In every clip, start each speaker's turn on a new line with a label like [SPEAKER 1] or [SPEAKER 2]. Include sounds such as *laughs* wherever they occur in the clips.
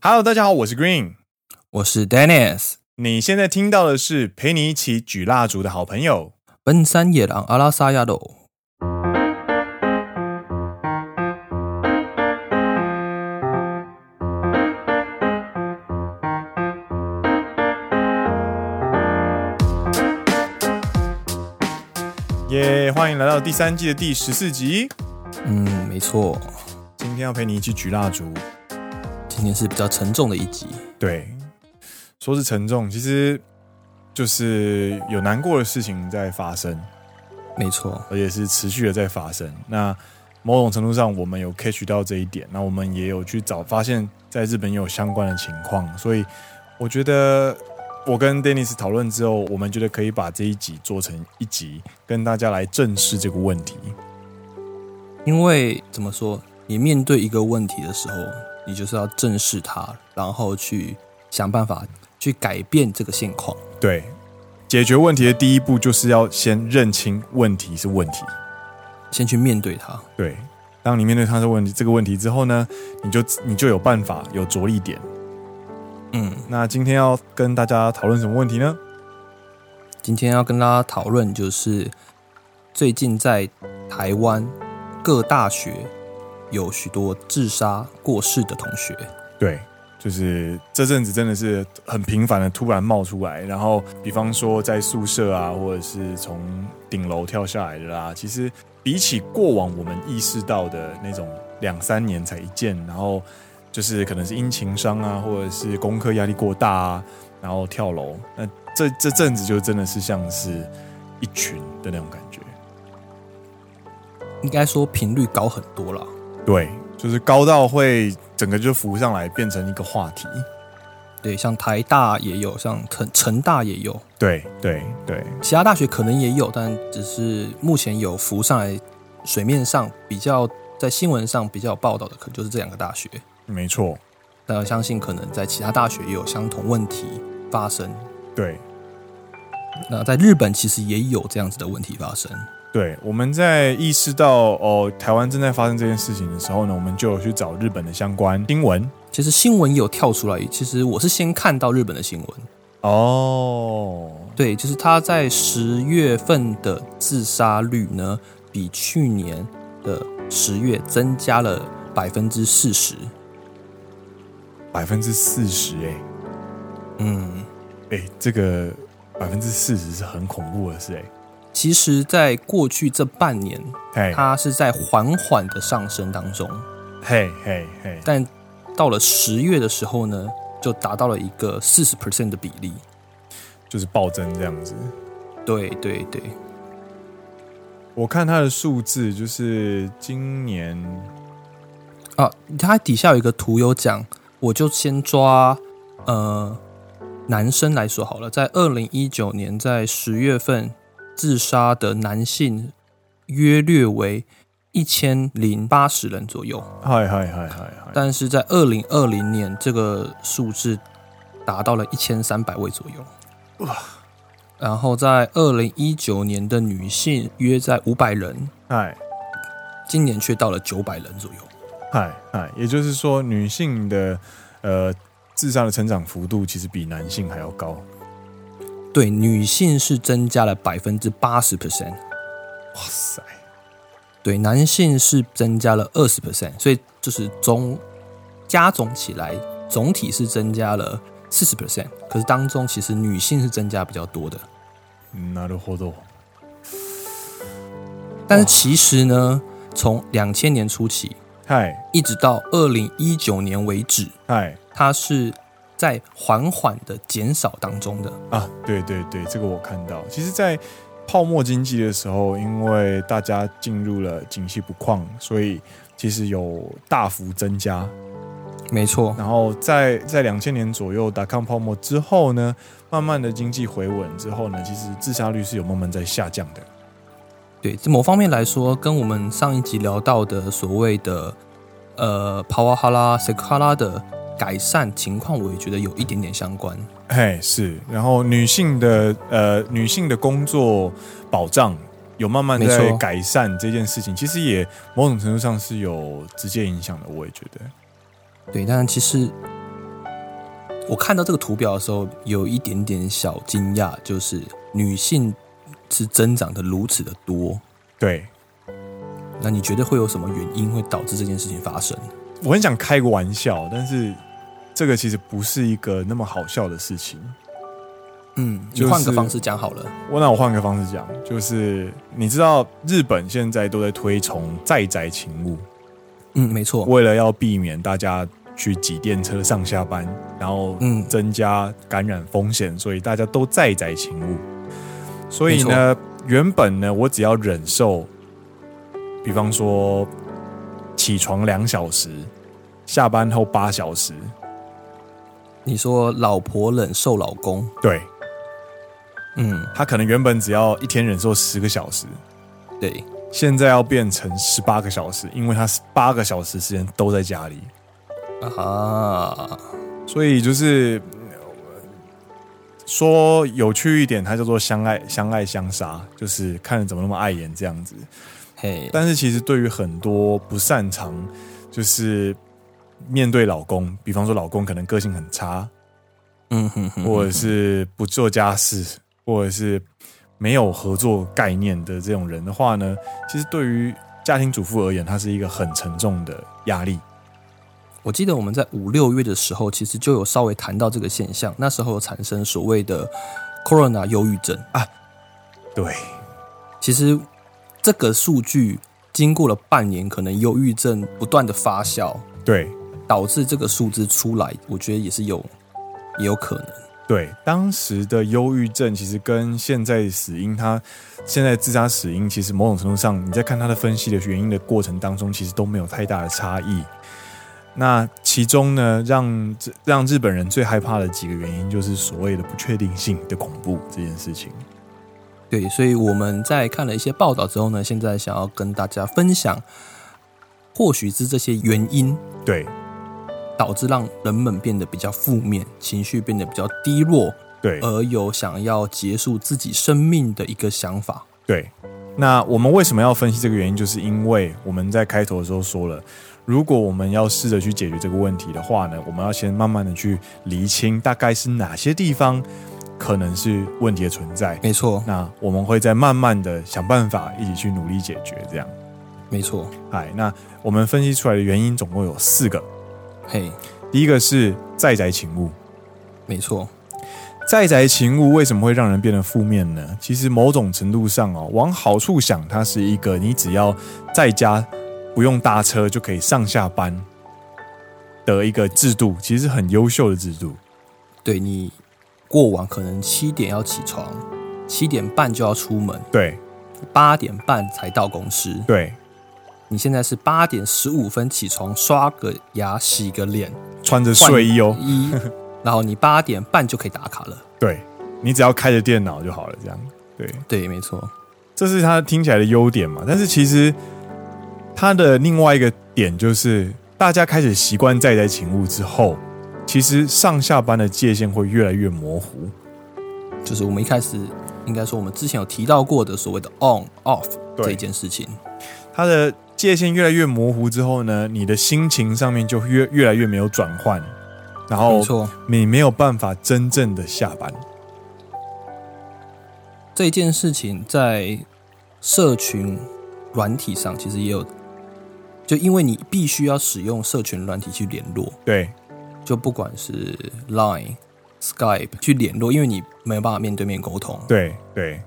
[SPEAKER 1] Hello，大家好，我是 Green。
[SPEAKER 2] 我是 Dennis。
[SPEAKER 1] 你现在听到的是陪你一起举蜡烛的好朋友。
[SPEAKER 2] 奔山野狼阿拉萨亚斗，
[SPEAKER 1] 耶、欢迎来到第三季的第十四集。
[SPEAKER 2] 嗯，没错，
[SPEAKER 1] 今天要陪你一起举蜡烛。
[SPEAKER 2] 今天是比较沉重的一集。
[SPEAKER 1] 对，说是沉重，其实就是有难过的事情在发生，
[SPEAKER 2] 没错，
[SPEAKER 1] 而且是持续的在发生。那某种程度上，我们有 catch 到这一点，那我们也有去找，发现在日本也有相关的情况，所以我觉得。我跟 Dennis 讨论之后，我们觉得可以把这一集做成一集，跟大家来正视这个问题。
[SPEAKER 2] 因为怎么说，你面对一个问题的时候，你就是要正视它，然后去想办法去改变这个现况。
[SPEAKER 1] 对，解决问题的第一步就是要先认清问题是问题。
[SPEAKER 2] 先去面对它。
[SPEAKER 1] 对，当你面对它的问题这个问题之后呢，你就你就有办法有着力点。
[SPEAKER 2] 嗯，
[SPEAKER 1] 那今天要跟大家讨论什么问题呢？
[SPEAKER 2] 今天要跟大家讨论就是最近在台湾各大学有许多自杀过世的同学。
[SPEAKER 1] 对，就是这阵子真的是很频繁的突然冒出来，然后比方说在宿舍啊，或者是从顶楼跳下来的啦，其实比起过往我们意识到的那种两三年才一见，然后就是可能是因情伤啊，或者是功课压力过大啊，然后跳楼，那这这阵子就真的是像是一群的那种感觉。
[SPEAKER 2] 应该说频率高很多啦。
[SPEAKER 1] 对，就是高到会整个就浮上来，变成一个话题。
[SPEAKER 2] 对，像台大也有，像成成大也有，
[SPEAKER 1] 对对对
[SPEAKER 2] 其他大学可能也有，但只是目前有浮上来水面上比较在新闻上比较有报道的，可能就是这两个大学。
[SPEAKER 1] 没错，
[SPEAKER 2] 但我相信可能在其他大学也有相同问题发生。
[SPEAKER 1] 对
[SPEAKER 2] 那在日本其实也有这样子的问题发生。
[SPEAKER 1] 对。我们在意识到哦，台湾正在发生这件事情的时候呢，我们就有去找日本的相关新闻
[SPEAKER 2] 其实新闻也有跳出来，其实我是先看到日本的新闻，
[SPEAKER 1] 哦。
[SPEAKER 2] 对，就是他在十月份的自杀率呢，比去年的十月增加了百分之四十。
[SPEAKER 1] 百分之四十，哎
[SPEAKER 2] 嗯，
[SPEAKER 1] 哎，诶这个百分之四十是很恐怖的事，欸
[SPEAKER 2] 其实，在过去这半年，
[SPEAKER 1] 哎，嘿，
[SPEAKER 2] 它是在缓缓的上升当中，
[SPEAKER 1] 嘿嘿嘿，
[SPEAKER 2] 但到了十月的时候呢，就达到了一个四十 percent 的比例。
[SPEAKER 1] 就是暴增这样子。
[SPEAKER 2] 对对对，
[SPEAKER 1] 我看它的数字，就是今年
[SPEAKER 2] 啊，它底下有一个图有讲，我就先抓呃男生来说好了，在二零一九年在十月份自杀的男性约略为一千零八十人左右，
[SPEAKER 1] 嗨嗨嗨嗨嗨，
[SPEAKER 2] 但是在二零二零年这个数字达到了一千三百位左右。
[SPEAKER 1] 哇！
[SPEAKER 2] 然后在二零一九年的女性约在五百人，
[SPEAKER 1] 嗨
[SPEAKER 2] 今年却到了九百人左右。
[SPEAKER 1] 嗨嗨，也就是说，女性的呃智商的成长幅度其实比男性还要高。
[SPEAKER 2] 对，女性是增加了百分之八十 percent，
[SPEAKER 1] 哇塞，
[SPEAKER 2] 对，男性是增加了二十 percent，所以就是总加总起来，总体是增加了四十 percent。可是当中其实女性是增加比较多的，
[SPEAKER 1] なるほど。
[SPEAKER 2] 但是
[SPEAKER 1] 哇
[SPEAKER 2] 其实呢，从两千年初起
[SPEAKER 1] 嗨
[SPEAKER 2] 一直到二零一九年为止，
[SPEAKER 1] 嗨
[SPEAKER 2] 它是在缓缓的减少当中的。
[SPEAKER 1] 啊，对对对，这个我看到。其实，在泡沫经济的时候，因为大家进入了景气不况，所以其实有大幅增加。
[SPEAKER 2] 没错，
[SPEAKER 1] 然后在在两千年左右打抗泡沫之后呢，慢慢的经济回稳之后呢，其实自杀率是有慢慢在下降的。
[SPEAKER 2] 对，这某方面来说，跟我们上一集聊到的所谓的呃帕瓦哈拉、塞卡拉的改善情况，我也觉得有一点点相关。
[SPEAKER 1] 嘿，是，然后女性的呃，女性的工作保障有慢慢
[SPEAKER 2] 没
[SPEAKER 1] 在
[SPEAKER 2] 错
[SPEAKER 1] 改善这件事情，其实也某种程度上是有直接影响的，我也觉得。
[SPEAKER 2] 对，但其实我看到这个图表的时候，有一点点小惊讶，就是女性是增长的如此的多。
[SPEAKER 1] 对
[SPEAKER 2] 那你觉得会有什么原因会导致这件事情发生？
[SPEAKER 1] 我很想开个玩笑，但是这个其实不是一个那么好笑的事情。
[SPEAKER 2] 嗯，
[SPEAKER 1] 就
[SPEAKER 2] 你换个
[SPEAKER 1] 是
[SPEAKER 2] 方式讲好了。
[SPEAKER 1] 我那我换个方式讲，就是你知道日本现在都在推崇在宅勤务，
[SPEAKER 2] 嗯，没错。
[SPEAKER 1] 为了要避免大家去挤电车上下班，然后
[SPEAKER 2] 嗯
[SPEAKER 1] 增加感染风险，所以大家都在宅勤务。所以呢，原本呢，我只要忍受，比方说起床两小时，下班后八小时，
[SPEAKER 2] 你说老婆忍受老公，
[SPEAKER 1] 对
[SPEAKER 2] 嗯，
[SPEAKER 1] 他可能原本只要一天忍受十个小时，
[SPEAKER 2] 对，
[SPEAKER 1] 现在要变成十八个小时，因为他八个小时时间都在家里，
[SPEAKER 2] 啊，
[SPEAKER 1] 所以就是嗯说有趣一点，它叫做相爱相爱相杀，就是看着怎么那么碍眼这样子。
[SPEAKER 2] 嘿，
[SPEAKER 1] 但是其实对于很多不擅长，就是面对老公，比方说老公可能个性很差，
[SPEAKER 2] 嗯哼哼，
[SPEAKER 1] 或者是不做家事，或者是没有合作概念的这种人的话呢，其实对于家庭主妇而言，它是一个很沉重的压力。
[SPEAKER 2] 我记得我们在五六月的时候，其实就有稍微谈到这个现象，那时候有产生所谓的 corona 忧郁症。
[SPEAKER 1] 对，
[SPEAKER 2] 其实这个数据经过了半年，可能忧郁症不断的发酵，
[SPEAKER 1] 对，
[SPEAKER 2] 导致这个数字出来，我觉得也是有也有可能。
[SPEAKER 1] 对，当时的忧郁症其实跟现在死因，他现在自杀死因，其实某种程度上，你在看他的分析的原因的过程当中，其实都没有太大的差异。那其中呢，让让日本人最害怕的几个原因，就是所谓的不确定性的恐怖这件事情。
[SPEAKER 2] 对，所以我们在看了一些报道之后呢，现在想要跟大家分享，或许是这些原因
[SPEAKER 1] 对
[SPEAKER 2] 导致让人们变得比较负面，情绪变得比较低落，
[SPEAKER 1] 对、
[SPEAKER 2] 而有想要结束自己生命的一个想法。
[SPEAKER 1] 对。那我们为什么要分析这个原因？就是因为我们在开头的时候说了，如果我们要试着去解决这个问题的话呢，我们要先慢慢的去厘清，大概是哪些地方可能是问题的存在。
[SPEAKER 2] 没错，
[SPEAKER 1] 那我们会再慢慢的想办法，一起去努力解决。这样，
[SPEAKER 2] 没错，
[SPEAKER 1] 哎，那我们分析出来的原因总共有四个。
[SPEAKER 2] 嘿，
[SPEAKER 1] 第一个是在宅情物，
[SPEAKER 2] 没错，
[SPEAKER 1] 在宅情物为什么会让人变得负面呢？其实某种程度上哦，往好处想，它是一个你只要在家不用搭车就可以上下班的一个制度，其实很优秀的制度。
[SPEAKER 2] 对你过往可能七点要起床，七点半就要出门，
[SPEAKER 1] 对
[SPEAKER 2] 八点半才到公司。
[SPEAKER 1] 对，
[SPEAKER 2] 你现在是八点十五分起床，刷个牙，洗个脸，
[SPEAKER 1] 穿着
[SPEAKER 2] 换
[SPEAKER 1] 睡衣哦，
[SPEAKER 2] 一，然后你八点半就可以打卡了。
[SPEAKER 1] 对你只要开着电脑就好了，这样对。
[SPEAKER 2] 对，没错，
[SPEAKER 1] 这是它听起来的优点嘛。但是其实它的另外一个点就是，大家开始习惯在宅勤务之后，其实上下班的界限会越来越模糊。
[SPEAKER 2] 就是我们一开始应该说我们之前有提到过的所谓的 on off
[SPEAKER 1] 对
[SPEAKER 2] 这一件事情。
[SPEAKER 1] 它的界限越来越模糊之后呢，你的心情上面就越越来越没有转换，然
[SPEAKER 2] 没
[SPEAKER 1] 后
[SPEAKER 2] 错，
[SPEAKER 1] 你没有办法真正的下班。
[SPEAKER 2] 这件事情在社群软体上其实也有，就因为你必须要使用社群软体去联络，
[SPEAKER 1] 对
[SPEAKER 2] 就不管是 Line、Skype 去联络，因为你没有办法面对面沟通，
[SPEAKER 1] 对对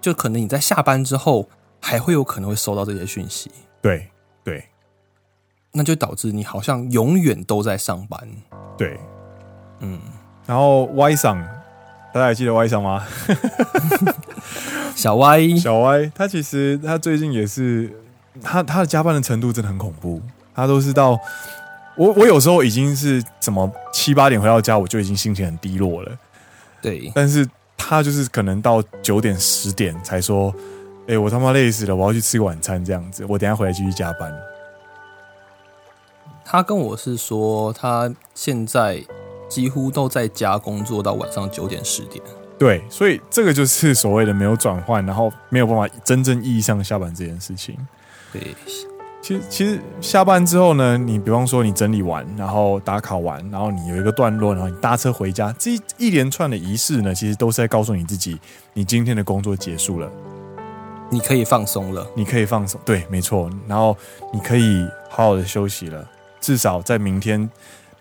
[SPEAKER 2] 就可能你在下班之后还会有可能会收到这些讯息，
[SPEAKER 1] 对对
[SPEAKER 2] 那就导致你好像永远都在上班。
[SPEAKER 1] 对，
[SPEAKER 2] 嗯，
[SPEAKER 1] 然后 Y 上，大家还记得 Y 上吗？
[SPEAKER 2] 小歪，
[SPEAKER 1] 小歪他其实他最近也是，他他的加班的程度真的很恐怖，他都是到我我有时候已经是怎么七八点回到家，我就已经心情很低落了，
[SPEAKER 2] 对，
[SPEAKER 1] 但是他就是可能到九点十点才说，哎、我他妈累死了，我要去吃个晚餐这样子，我等一下回来继续加班。
[SPEAKER 2] 他跟我是说他现在几乎都在家工作到晚上九点十点。
[SPEAKER 1] 对，所以这个就是所谓的没有转换，然后没有办法真正意义上下班这件事情。
[SPEAKER 2] 对，
[SPEAKER 1] 其实其实下班之后呢，你比方说你整理完，然后打卡完，然后你有一个段落，然后你搭车回家，这一一连串的仪式呢，其实都是在告诉你自己，你今天的工作结束了，
[SPEAKER 2] 你可以放松了。
[SPEAKER 1] 你可以放松，对，没错，然后你可以好好的休息了，至少在明天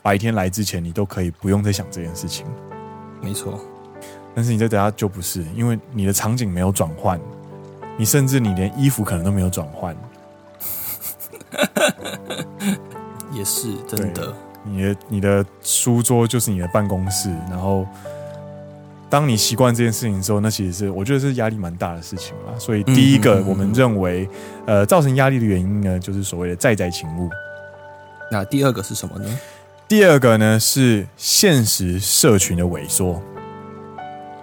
[SPEAKER 1] 白天来之前，你都可以不用再想这件事情。
[SPEAKER 2] 没错，
[SPEAKER 1] 但是你在等下就不是，因为你的场景没有转换，你甚至你连衣服可能都没有转换，
[SPEAKER 2] 也是真的。
[SPEAKER 1] 你的你的书桌就是你的办公室，然后当你习惯这件事情之后，那其实是我觉得是压力蛮大的事情啦。所以第一
[SPEAKER 2] 嗯
[SPEAKER 1] 个
[SPEAKER 2] 嗯嗯，
[SPEAKER 1] 我们认为、呃造成压力的原因呢，就是所谓的在在情物。
[SPEAKER 2] 那第二个是什么呢？
[SPEAKER 1] 第二个呢是现实社群的萎缩。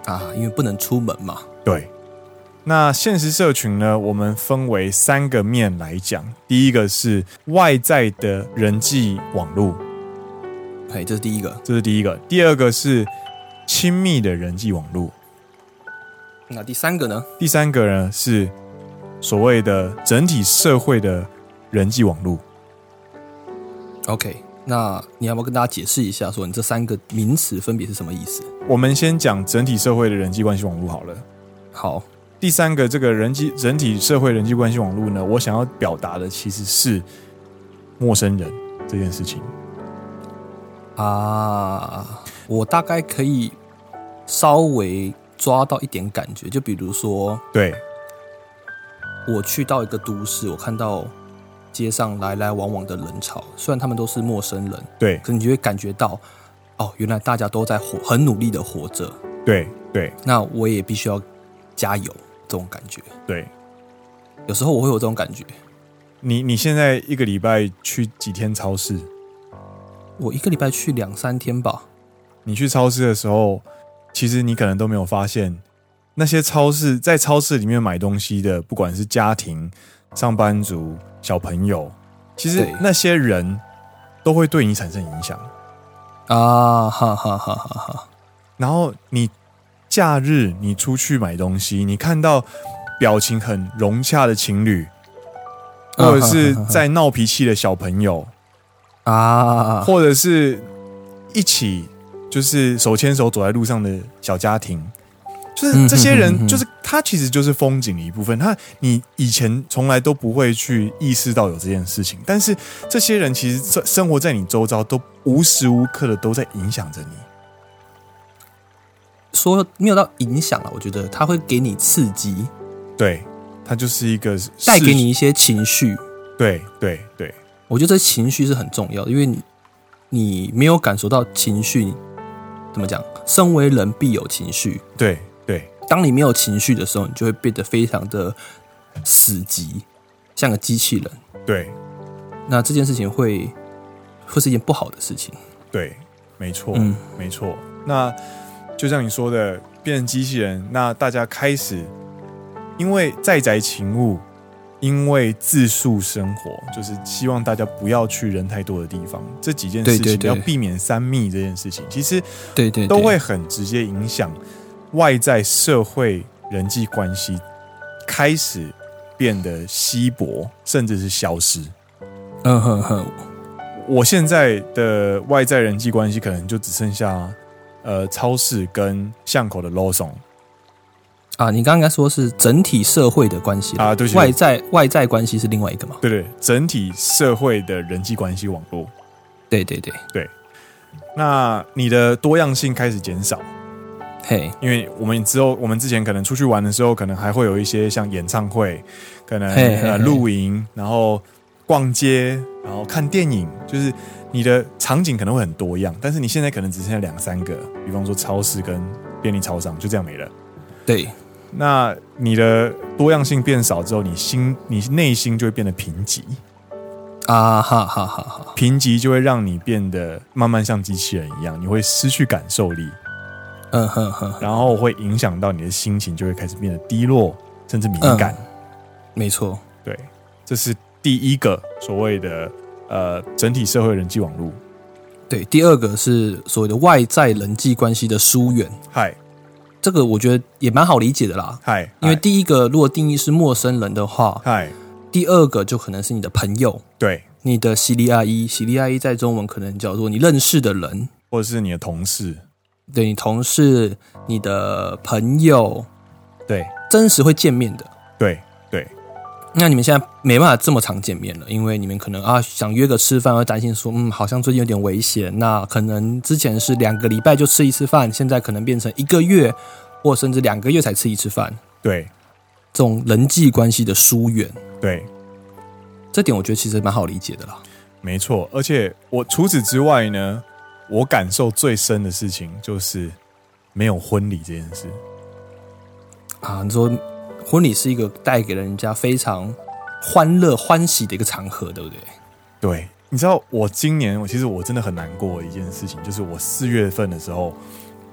[SPEAKER 2] 啊，因为不能出门嘛。
[SPEAKER 1] 对，那现实社群呢，我们分为三个面来讲。第一个是外在的人际网络，
[SPEAKER 2] 哎，这是第一个。
[SPEAKER 1] 这是第一个；第二个是亲密的人际网络；
[SPEAKER 2] 那第三个呢？
[SPEAKER 1] 第三个呢是所谓的整体社会的人际网络。
[SPEAKER 2] OK，那你要不要跟大家解释一下，说你这三个名词分别是什么意思？
[SPEAKER 1] 我们先讲整体社会的人际关系网络好了。
[SPEAKER 2] 好，
[SPEAKER 1] 第三个，这个人际整体社会人际关系网络呢，我想要表达的其实是陌生人这件事情。
[SPEAKER 2] 啊，我大概可以稍微抓到一点感觉，就比如说
[SPEAKER 1] 对，
[SPEAKER 2] 我去到一个都市，我看到街上来来往往的人潮，虽然他们都是陌生人，
[SPEAKER 1] 对，
[SPEAKER 2] 可你就会感觉到，哦，原来大家都在活，很努力的活着，
[SPEAKER 1] 对，对，
[SPEAKER 2] 那我也必须要加油，这种感觉，
[SPEAKER 1] 对。
[SPEAKER 2] 有时候我会有这种感觉。
[SPEAKER 1] 你你现在一个礼拜去几天超市？
[SPEAKER 2] 我一个礼拜去两三天吧，
[SPEAKER 1] 你去超市的时候，其实你可能都没有发现，那些超市在超市里面买东西的，不管是家庭、上班族、小朋友，其实
[SPEAKER 2] 对
[SPEAKER 1] 那些人都会对你产生影响。
[SPEAKER 2] 啊，哈哈哈哈哈！
[SPEAKER 1] 然后你假日你出去买东西，你看到表情很融洽的情侣，或者是在闹脾气的小朋友，
[SPEAKER 2] 啊，
[SPEAKER 1] 或者是一起就是手牵手走在路上的小家庭，就是
[SPEAKER 2] 嗯
[SPEAKER 1] 这些
[SPEAKER 2] 哼哼
[SPEAKER 1] 人，
[SPEAKER 2] 哼
[SPEAKER 1] 就是他其实就是风景的一部分。他你以前从来都不会去意识到有这件事情，但是这些人其实生生活在你周遭，都无时无刻的都在影响着你。
[SPEAKER 2] 说没有到影响了，我觉得它会给你刺激，
[SPEAKER 1] 对，他就是一个视
[SPEAKER 2] 带给你一些情绪。
[SPEAKER 1] 对对对
[SPEAKER 2] 我觉得这情绪是很重要的，因为你你没有感受到情绪，怎么讲？身为人必有情绪，
[SPEAKER 1] 对对
[SPEAKER 2] 当你没有情绪的时候，你就会变得非常的死寂，像个机器人。
[SPEAKER 1] 对
[SPEAKER 2] 那这件事情会会是一件不好的事情。
[SPEAKER 1] 对，没错。
[SPEAKER 2] 嗯，
[SPEAKER 1] 没错。那就像你说的，变成机器人，那大家开始因为在宅勤务，因为自述生活，就是希望大家不要去人太多的地方，这几件
[SPEAKER 2] 对
[SPEAKER 1] 事
[SPEAKER 2] 对
[SPEAKER 1] 情
[SPEAKER 2] 对
[SPEAKER 1] 要避免三密这件事情，其实
[SPEAKER 2] 对对
[SPEAKER 1] 都会很直接影响外在社会人际关系开始变得稀薄，甚至是消失。
[SPEAKER 2] 嗯哼哼，
[SPEAKER 1] 我现在的外在人际关系可能就只剩下呃超市跟巷口的 l o s o n
[SPEAKER 2] 啊，你刚刚应该说是整体社会的关系啦
[SPEAKER 1] 啊对不起
[SPEAKER 2] 外在外在关系是另外一个嘛？
[SPEAKER 1] 对对，整体社会的人际关系网络。
[SPEAKER 2] 对对对，
[SPEAKER 1] 那你的多样性开始减少，
[SPEAKER 2] 嘿，
[SPEAKER 1] 因为我们之后我们之前可能出去玩的时候，可能还会有一些像演唱会，可能
[SPEAKER 2] 嘿嘿
[SPEAKER 1] 呃
[SPEAKER 2] 嘿
[SPEAKER 1] 露营，然后逛街，然后看电影，就是你的场景可能会很多样，但是你现在可能只剩下两三个，比方说超市跟便利超商，就这样没了。
[SPEAKER 2] 对，
[SPEAKER 1] 那你的多样性变少之后，你心你内心就会变得贫瘠，
[SPEAKER 2] 啊哈哈哈哈，
[SPEAKER 1] 贫瘠就会让你变得慢慢像机器人一样，你会失去感受力，
[SPEAKER 2] 嗯哼哼，
[SPEAKER 1] 然后会影响到你的心情，就会开始变得低落，甚至敏感。
[SPEAKER 2] 没错，
[SPEAKER 1] 对，这是第一个所谓的呃整体社会人际网络。
[SPEAKER 2] 对。第二个是所谓的外在人际关系的疏远，
[SPEAKER 1] 嗨
[SPEAKER 2] 这个我觉得也蛮好理解的啦。
[SPEAKER 1] 嗨，
[SPEAKER 2] 因为第一个，如果定义是陌生人的话，
[SPEAKER 1] 嗨
[SPEAKER 2] 第二个就可能是你的朋友，
[SPEAKER 1] 对，
[SPEAKER 2] 你的席利阿姨，席利阿姨在中文可能叫做你认识的人，
[SPEAKER 1] 或者是你的同事，
[SPEAKER 2] 对你同事、你的朋友，
[SPEAKER 1] 对
[SPEAKER 2] 真实会见面的。
[SPEAKER 1] 对对，
[SPEAKER 2] 那你们现在没办法这么常见面了，因为你们可能啊想约个吃饭，会担心说，嗯，好像最近有点危险。那可能之前是两个礼拜就吃一次饭，现在可能变成一个月，或甚至两个月才吃一次饭。
[SPEAKER 1] 对
[SPEAKER 2] 这种人际关系的疏远，
[SPEAKER 1] 对，
[SPEAKER 2] 这点我觉得其实蛮好理解的啦。
[SPEAKER 1] 没错。而且我除此之外呢，我感受最深的事情就是没有婚礼这件事。
[SPEAKER 2] 啊，你说婚礼是一个带给人家非常欢乐欢喜的一个场合，对不对？
[SPEAKER 1] 对，你知道我今年我其实我真的很难过的一件事情，就是我四月份的时候，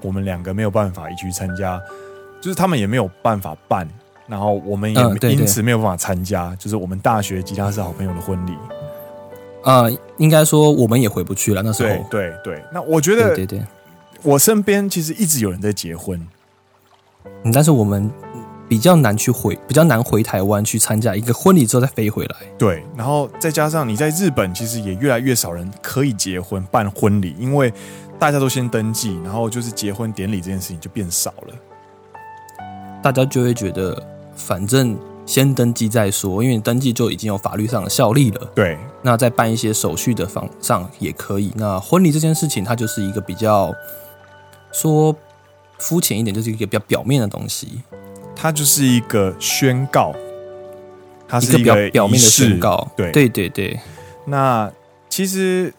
[SPEAKER 1] 我们两个没有办法一起去参加，就是他们也没有办法办，然后我们也
[SPEAKER 2] 嗯对对
[SPEAKER 1] 因此没有办法参加，就是我们大学吉他社好朋友的婚礼。
[SPEAKER 2] 啊，应该说我们也回不去了，那时候
[SPEAKER 1] 对。对对，那我觉
[SPEAKER 2] 对
[SPEAKER 1] 得
[SPEAKER 2] 对对，
[SPEAKER 1] 我身边其实一直有人在结婚，
[SPEAKER 2] 嗯但是我们比较难去回，比较难回台湾去参加一个婚礼之后再飞回来。
[SPEAKER 1] 对，然后再加上你在日本，其实也越来越少人可以结婚办婚礼，因为大家都先登记，然后就是结婚典礼这件事情就变少了。
[SPEAKER 2] 大家就会觉得，反正先登记再说，因为你登记就已经有法律上的效力了。
[SPEAKER 1] 对
[SPEAKER 2] 那再办一些手续的方上也可以。那婚礼这件事情，它就是一个比较说肤浅一点，就是一个比较表面的东西，
[SPEAKER 1] 它就是一个宣告，它
[SPEAKER 2] 一
[SPEAKER 1] 是
[SPEAKER 2] 比较表面
[SPEAKER 1] 仪
[SPEAKER 2] 的
[SPEAKER 1] 式
[SPEAKER 2] 宣告。
[SPEAKER 1] 对
[SPEAKER 2] 对对对，
[SPEAKER 1] 那其实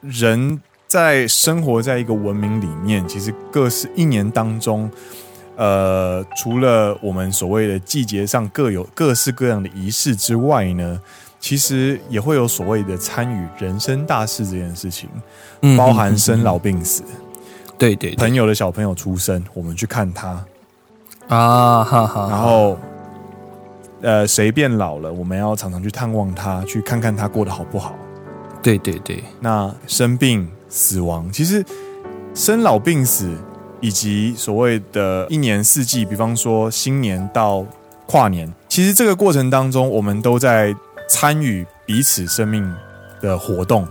[SPEAKER 1] 人在生活在一个文明里面，其实各是一年当中，呃，除了我们所谓的季节上各有各式各样的仪式之外呢，其实也会有所谓的参与人生大事这件事情，
[SPEAKER 2] 嗯
[SPEAKER 1] 包含生、
[SPEAKER 2] 嗯
[SPEAKER 1] 老病死，
[SPEAKER 2] 嗯嗯对对对
[SPEAKER 1] 朋友的小朋友出生，我们去看他，
[SPEAKER 2] 啊，哈哈。
[SPEAKER 1] 然后。呃，谁变老了，我们要常常去探望他，去看看他过得好不好。
[SPEAKER 2] 对对对，
[SPEAKER 1] 那生病、死亡，其实生老病死以及所谓的一年四季，比方说新年到跨年，其实这个过程当中，我们都在参与彼此生命的活动，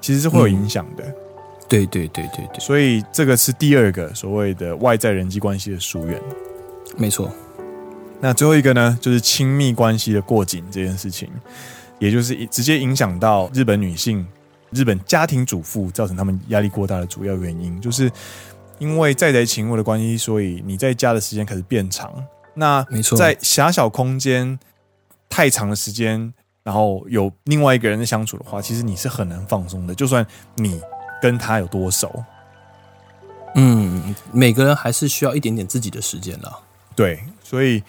[SPEAKER 1] 其实是会有影响的。
[SPEAKER 2] 对对对对对，
[SPEAKER 1] 所以这个是第二个所谓的外在人际关系的疏远。
[SPEAKER 2] 没错。
[SPEAKER 1] 那最后一个呢，就是亲密关系的过紧这件事情，也就是直接影响到日本女性、日本家庭主妇，造成她们压力过大的主要原因，就是因为在宅勤务的关系，所以你在家的时间开始变长。那
[SPEAKER 2] 没错
[SPEAKER 1] 在狭小空间太长的时间，然后有另外一个人的相处的
[SPEAKER 2] 哦
[SPEAKER 1] 话，其实你是很难放松的，就算你跟他有多熟，
[SPEAKER 2] 嗯，每个人还是需要一点点自己的时间啦。
[SPEAKER 1] 对，所以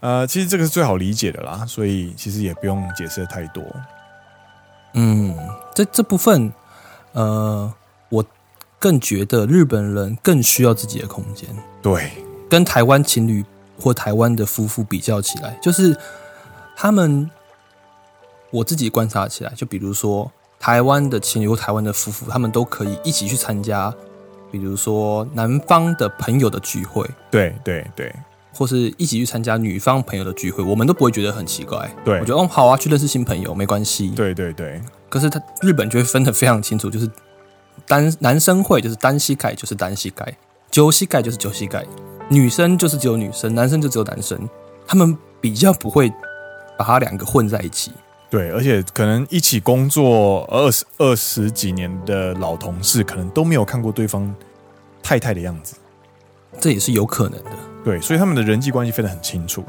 [SPEAKER 1] 呃，其实这个是最好理解的啦，所以其实也不用解释的太多。
[SPEAKER 2] 嗯，这这部分，呃，我更觉得日本人更需要自己的空间，
[SPEAKER 1] 对，
[SPEAKER 2] 跟台湾情侣或台湾的夫妇比较起来，就是他们，我自己观察起来，就比如说台湾的情侣或台湾的夫妇，他们都可以一起去参加，比如说男方的朋友的聚会，
[SPEAKER 1] 对对对
[SPEAKER 2] 或是一起去参加女方朋友的聚会，我们都不会觉得很奇怪。
[SPEAKER 1] 对
[SPEAKER 2] 我觉得哦，好啊，去认识新朋友没关系。
[SPEAKER 1] 对对对
[SPEAKER 2] 可是他日本就会分得非常清楚，就是单男生会就是单膝盖就是单膝盖，九膝盖就是九膝盖，女生就是只有女生，男生就只有男生，他们比较不会把它两个混在一起。
[SPEAKER 1] 对，而且可能一起工作二十二十几年的老同事，可能都没有看过对方太太的样子。
[SPEAKER 2] 这也是有可能的，
[SPEAKER 1] 对，所以他们的人际关系分得很清楚。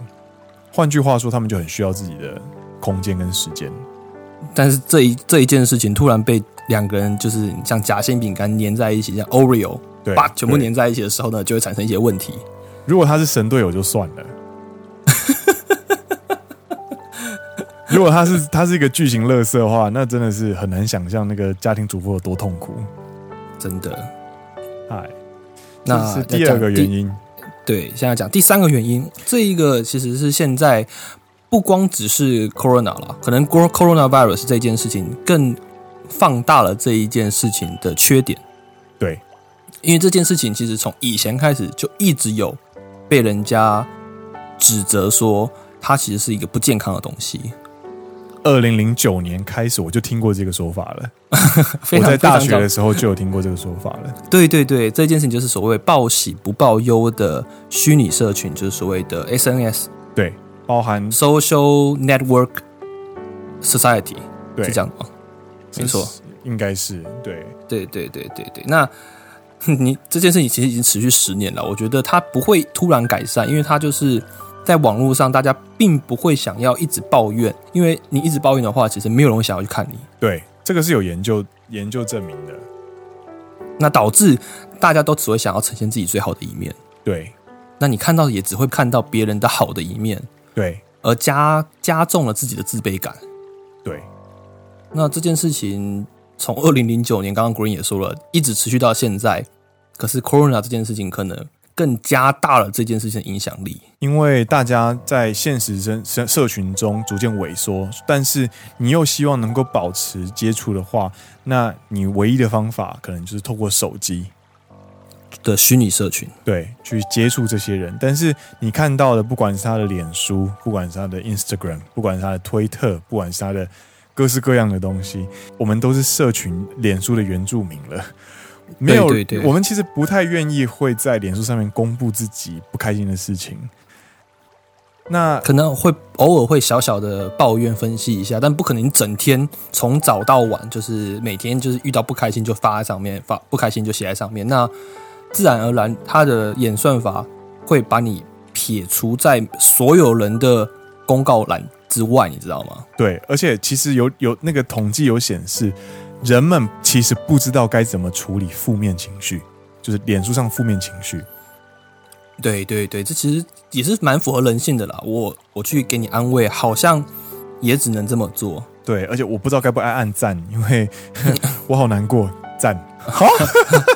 [SPEAKER 1] 换句话说，他们就很需要自己的空间跟时间。
[SPEAKER 2] 但是这一这一件事情突然被两个人就是像夹心饼干粘在一起，像 Oreo
[SPEAKER 1] 对，
[SPEAKER 2] 把全部
[SPEAKER 1] 对
[SPEAKER 2] 粘在一起的时候呢，就会产生一些问题。
[SPEAKER 1] 如果他是神队友就算了，如果他是他是一个巨型乐色的话，那真的是很难想象那个家庭主妇有多痛苦。
[SPEAKER 2] 真的，
[SPEAKER 1] 哎，
[SPEAKER 2] 那
[SPEAKER 1] 这是第二个原因。
[SPEAKER 2] 对，现在讲第三个原因，这一个其实是现在不光只是 corona 了，可能 cor- coronavirus 这件事情更放大了这一件事情的缺点，
[SPEAKER 1] 对
[SPEAKER 2] 因为这件事情其实从以前开始就一直有被人家指责说它其实是一个不健康的东
[SPEAKER 1] *laughs*
[SPEAKER 2] 西。
[SPEAKER 1] 二零零九年开始我就听过这个说法了，
[SPEAKER 2] 非
[SPEAKER 1] 我
[SPEAKER 2] 常
[SPEAKER 1] 在大学
[SPEAKER 2] 非常早
[SPEAKER 1] 的时候就有听过这个说法了。
[SPEAKER 2] 对对对，这件事情就是所谓报喜不报忧的虚拟社群，就是所谓的 SNS
[SPEAKER 1] 对，包含
[SPEAKER 2] Social Network Society
[SPEAKER 1] 对
[SPEAKER 2] 是这样吗？没错，
[SPEAKER 1] 应该是对。
[SPEAKER 2] 对对对对对，那 *laughs* 你这件事情其实已经持续十年了，我觉得它不会突然改善，因为它就是在网络上，大家并不会想要一直抱怨，因为你一直抱怨的话，其实没有人会想要去看你，
[SPEAKER 1] 对，这个是有研究研究证明的。
[SPEAKER 2] 那导致大家都只会想要呈现自己最好的一面，
[SPEAKER 1] 对
[SPEAKER 2] 那你看到的也只会看到别人的好的一面，
[SPEAKER 1] 对
[SPEAKER 2] 而加加重了自己的自卑感。
[SPEAKER 1] 对
[SPEAKER 2] 那这件事情从二零零九年，刚刚 Green 也说了，一直持续到现在。可是 Corona 这件事情可能更加大了这件事情的影响力。
[SPEAKER 1] 因为大家在现实生社社群中逐渐萎缩，但是你又希望能够保持接触的话，那你唯一的方法可能就是透过手机。
[SPEAKER 2] 的虚拟社群，
[SPEAKER 1] 对，去接触这些人，但是你看到的，不管是他的脸书，不管是他的 Instagram，不管是他的推特，不管是他的各式各样的东西，我们都是社群脸书的原住民了。没有，
[SPEAKER 2] 对对
[SPEAKER 1] 我们其实不太愿意会在脸书上面公布自己不开心的事情。那
[SPEAKER 2] 可能会偶尔会小小的抱怨分析一下，但不可能整天从早到晚，就是每天就是遇到不开心就发在上面，发不开心就写在上面。那自然而然，它的演算法会把你撇除在所有人的公告栏之外，你知道吗？
[SPEAKER 1] 对，而且其实有有那个统计有显示，人们其实不知道该怎么处理负面情绪，就是脸书上负面情绪。
[SPEAKER 2] 对对对，这其实也是蛮符合人性的啦。我我去给你安慰，好像也只能这么做。
[SPEAKER 1] 对，而且我不知道该不该按赞，因
[SPEAKER 2] *laughs*
[SPEAKER 1] 为我好难过。赞，
[SPEAKER 2] 啊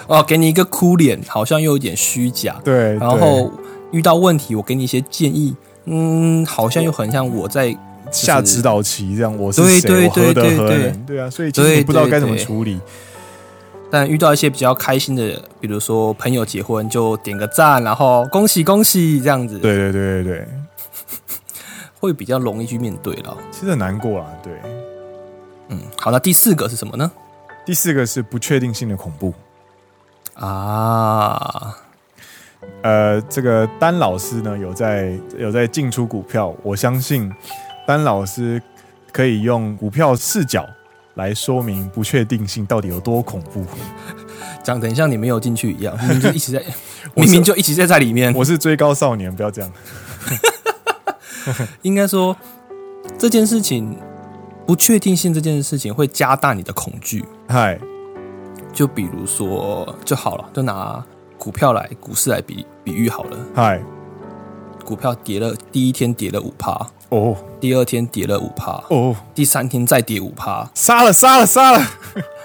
[SPEAKER 2] 哦，给你一个哭脸，好像又有点虚假。
[SPEAKER 1] *laughs* 哎对，
[SPEAKER 2] 然后遇到问题，我给你一些建议，嗯，好像又很像我在
[SPEAKER 1] 对下指导棋这样，我是
[SPEAKER 2] 对
[SPEAKER 1] 谁，
[SPEAKER 2] 对
[SPEAKER 1] 我何德
[SPEAKER 2] 对
[SPEAKER 1] 何
[SPEAKER 2] 对
[SPEAKER 1] 能？对啊，所以其实
[SPEAKER 2] 对
[SPEAKER 1] 你不知道
[SPEAKER 2] 对
[SPEAKER 1] 该怎么
[SPEAKER 2] 对
[SPEAKER 1] 处理。
[SPEAKER 2] 但遇到一些比较开心的，比如说朋友结婚就点个赞，然后恭喜恭喜这样子，
[SPEAKER 1] 对对对对对，
[SPEAKER 2] 会比较容易去面对了。
[SPEAKER 1] 其实很难过啊。对，
[SPEAKER 2] 嗯，好，那第四个是什么呢？
[SPEAKER 1] 第四个是不确定性的恐怖。
[SPEAKER 2] 啊，
[SPEAKER 1] 呃，这个丹老师呢有在有在进出股票，我相信丹老师可以用股票视角来说明不确定性到底有多恐怖。
[SPEAKER 2] 讲等一下你没有进去一样，明明就
[SPEAKER 1] *laughs*
[SPEAKER 2] 一直在，
[SPEAKER 1] 我是
[SPEAKER 2] 明明就一直在在里面。
[SPEAKER 1] 我是追高少年，不要这样。
[SPEAKER 2] 应该说这件事情不确定性这件事情会加大你的恐惧。
[SPEAKER 1] 嗨，
[SPEAKER 2] 就比如说就好了，就拿股票来股市来比比喻好了。
[SPEAKER 1] 嗨，
[SPEAKER 2] 股票跌了，第一天跌了五趴，
[SPEAKER 1] 哦
[SPEAKER 2] 第二天跌了五趴，
[SPEAKER 1] 哦，
[SPEAKER 2] 第三天再跌五趴。
[SPEAKER 1] 杀了杀了杀了！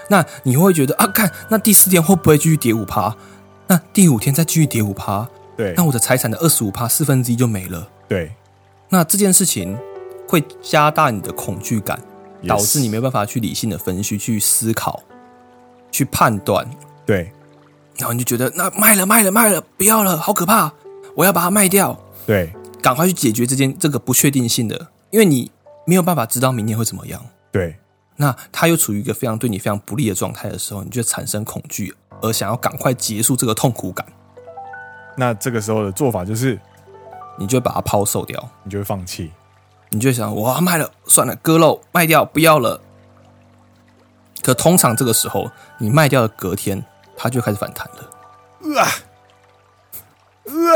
[SPEAKER 2] 那你会觉得啊，看那第四天会不会继续跌五趴？那第五天再继续跌五趴，
[SPEAKER 1] 对
[SPEAKER 2] 那我的财产的二十五趴四分之一就没了。
[SPEAKER 1] 对，
[SPEAKER 2] 那这件事情会加大你的恐惧感，导致你没办法去理性的分析、去思考、去判断，
[SPEAKER 1] 对
[SPEAKER 2] 然后你就觉得那卖了卖了卖了，不要了，好可怕，我要把它卖掉，
[SPEAKER 1] 对
[SPEAKER 2] 赶快去解决这件这个不确定性的，因为你没有办法知道明天会怎么样。
[SPEAKER 1] 对
[SPEAKER 2] 那他又处于一个非常对你非常不利的状态的时候，你就产生恐惧，而想要赶快结束这个痛苦感，
[SPEAKER 1] 那这个时候的做法就是，
[SPEAKER 2] 你就会把它抛售掉，
[SPEAKER 1] 你就会放弃。
[SPEAKER 2] 你就会想我要卖了，算了，割肉卖掉，不要了。可通常这个时候，你卖掉的隔天，它就开始反弹了。
[SPEAKER 1] 啊啊！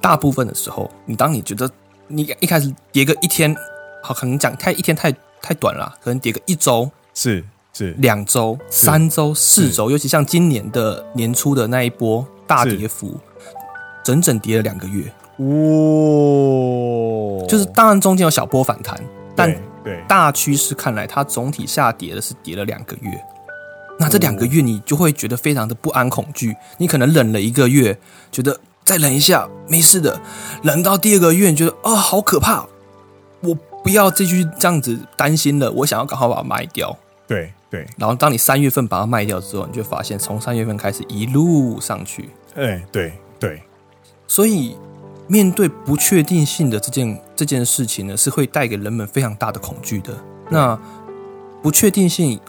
[SPEAKER 2] 大部分的时候，你当你觉得你一开始跌个一天，好，可能讲太一天太太短了啊，可能跌个一周、
[SPEAKER 1] 是是，
[SPEAKER 2] 两周、三周、四周，尤其像今年的年初的那一波大
[SPEAKER 1] 是
[SPEAKER 2] 跌幅，整整跌了两个月。
[SPEAKER 1] 哦，
[SPEAKER 2] 就是当然中间有小波反弹，但
[SPEAKER 1] 对对
[SPEAKER 2] 大趋势看来，它总体下跌的是跌了两个月。那这两个月你就会觉得非常的不安、恐惧。你可能忍了一个月，觉得再忍一下没事的，忍到第二个月，你觉得哦好可怕，我不要继续这样子担心了，我想要赶快把它卖掉。
[SPEAKER 1] 对对，
[SPEAKER 2] 然后当你三月份把它卖掉之后，你就发现从三月份开始一路上去，
[SPEAKER 1] 哎对对
[SPEAKER 2] 所以面对不确定性的这件这件事情呢，是会带给人们非常大的恐惧的。那不确定性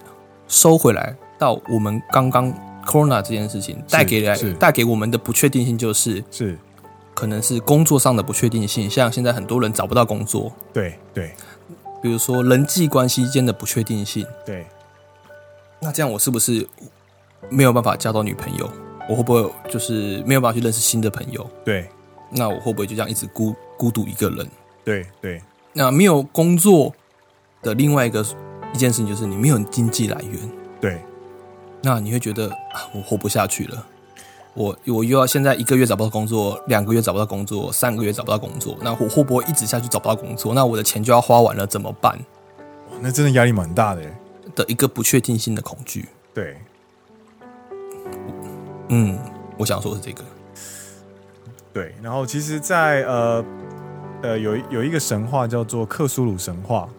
[SPEAKER 2] 收回来到我们刚刚 corona 这件事情带给来
[SPEAKER 1] 是
[SPEAKER 2] 带给我们的不确定性，就是
[SPEAKER 1] 是
[SPEAKER 2] 可能是工作上的不确定性，像现在很多人找不到工作，
[SPEAKER 1] 对对
[SPEAKER 2] 比如说人际关系间的不确定性。
[SPEAKER 1] 对，
[SPEAKER 2] 那这样我是不是没有办法交到女朋友？我会不会就是没有办法去认识新的朋友？
[SPEAKER 1] 对
[SPEAKER 2] 那我会不会就这样一直孤孤独一个人？
[SPEAKER 1] 对对
[SPEAKER 2] 那没有工作的另外一个一件事情就是你没有经济来源，
[SPEAKER 1] 对，
[SPEAKER 2] 那你会觉得啊，我活不下去了。我我又要现在一个月找不到工作，两个月找不到工作，三个月找不到工作，那我会不会一直下去找不到工作？那我的钱就要花完了，怎么办？
[SPEAKER 1] 哇那真的压力蛮大的耶。
[SPEAKER 2] 的一个不确定性的恐惧。
[SPEAKER 1] 对，
[SPEAKER 2] 嗯，我想说的是这个。
[SPEAKER 1] 对，然后其实在，呃呃有一有一个神话叫做克苏鲁神话，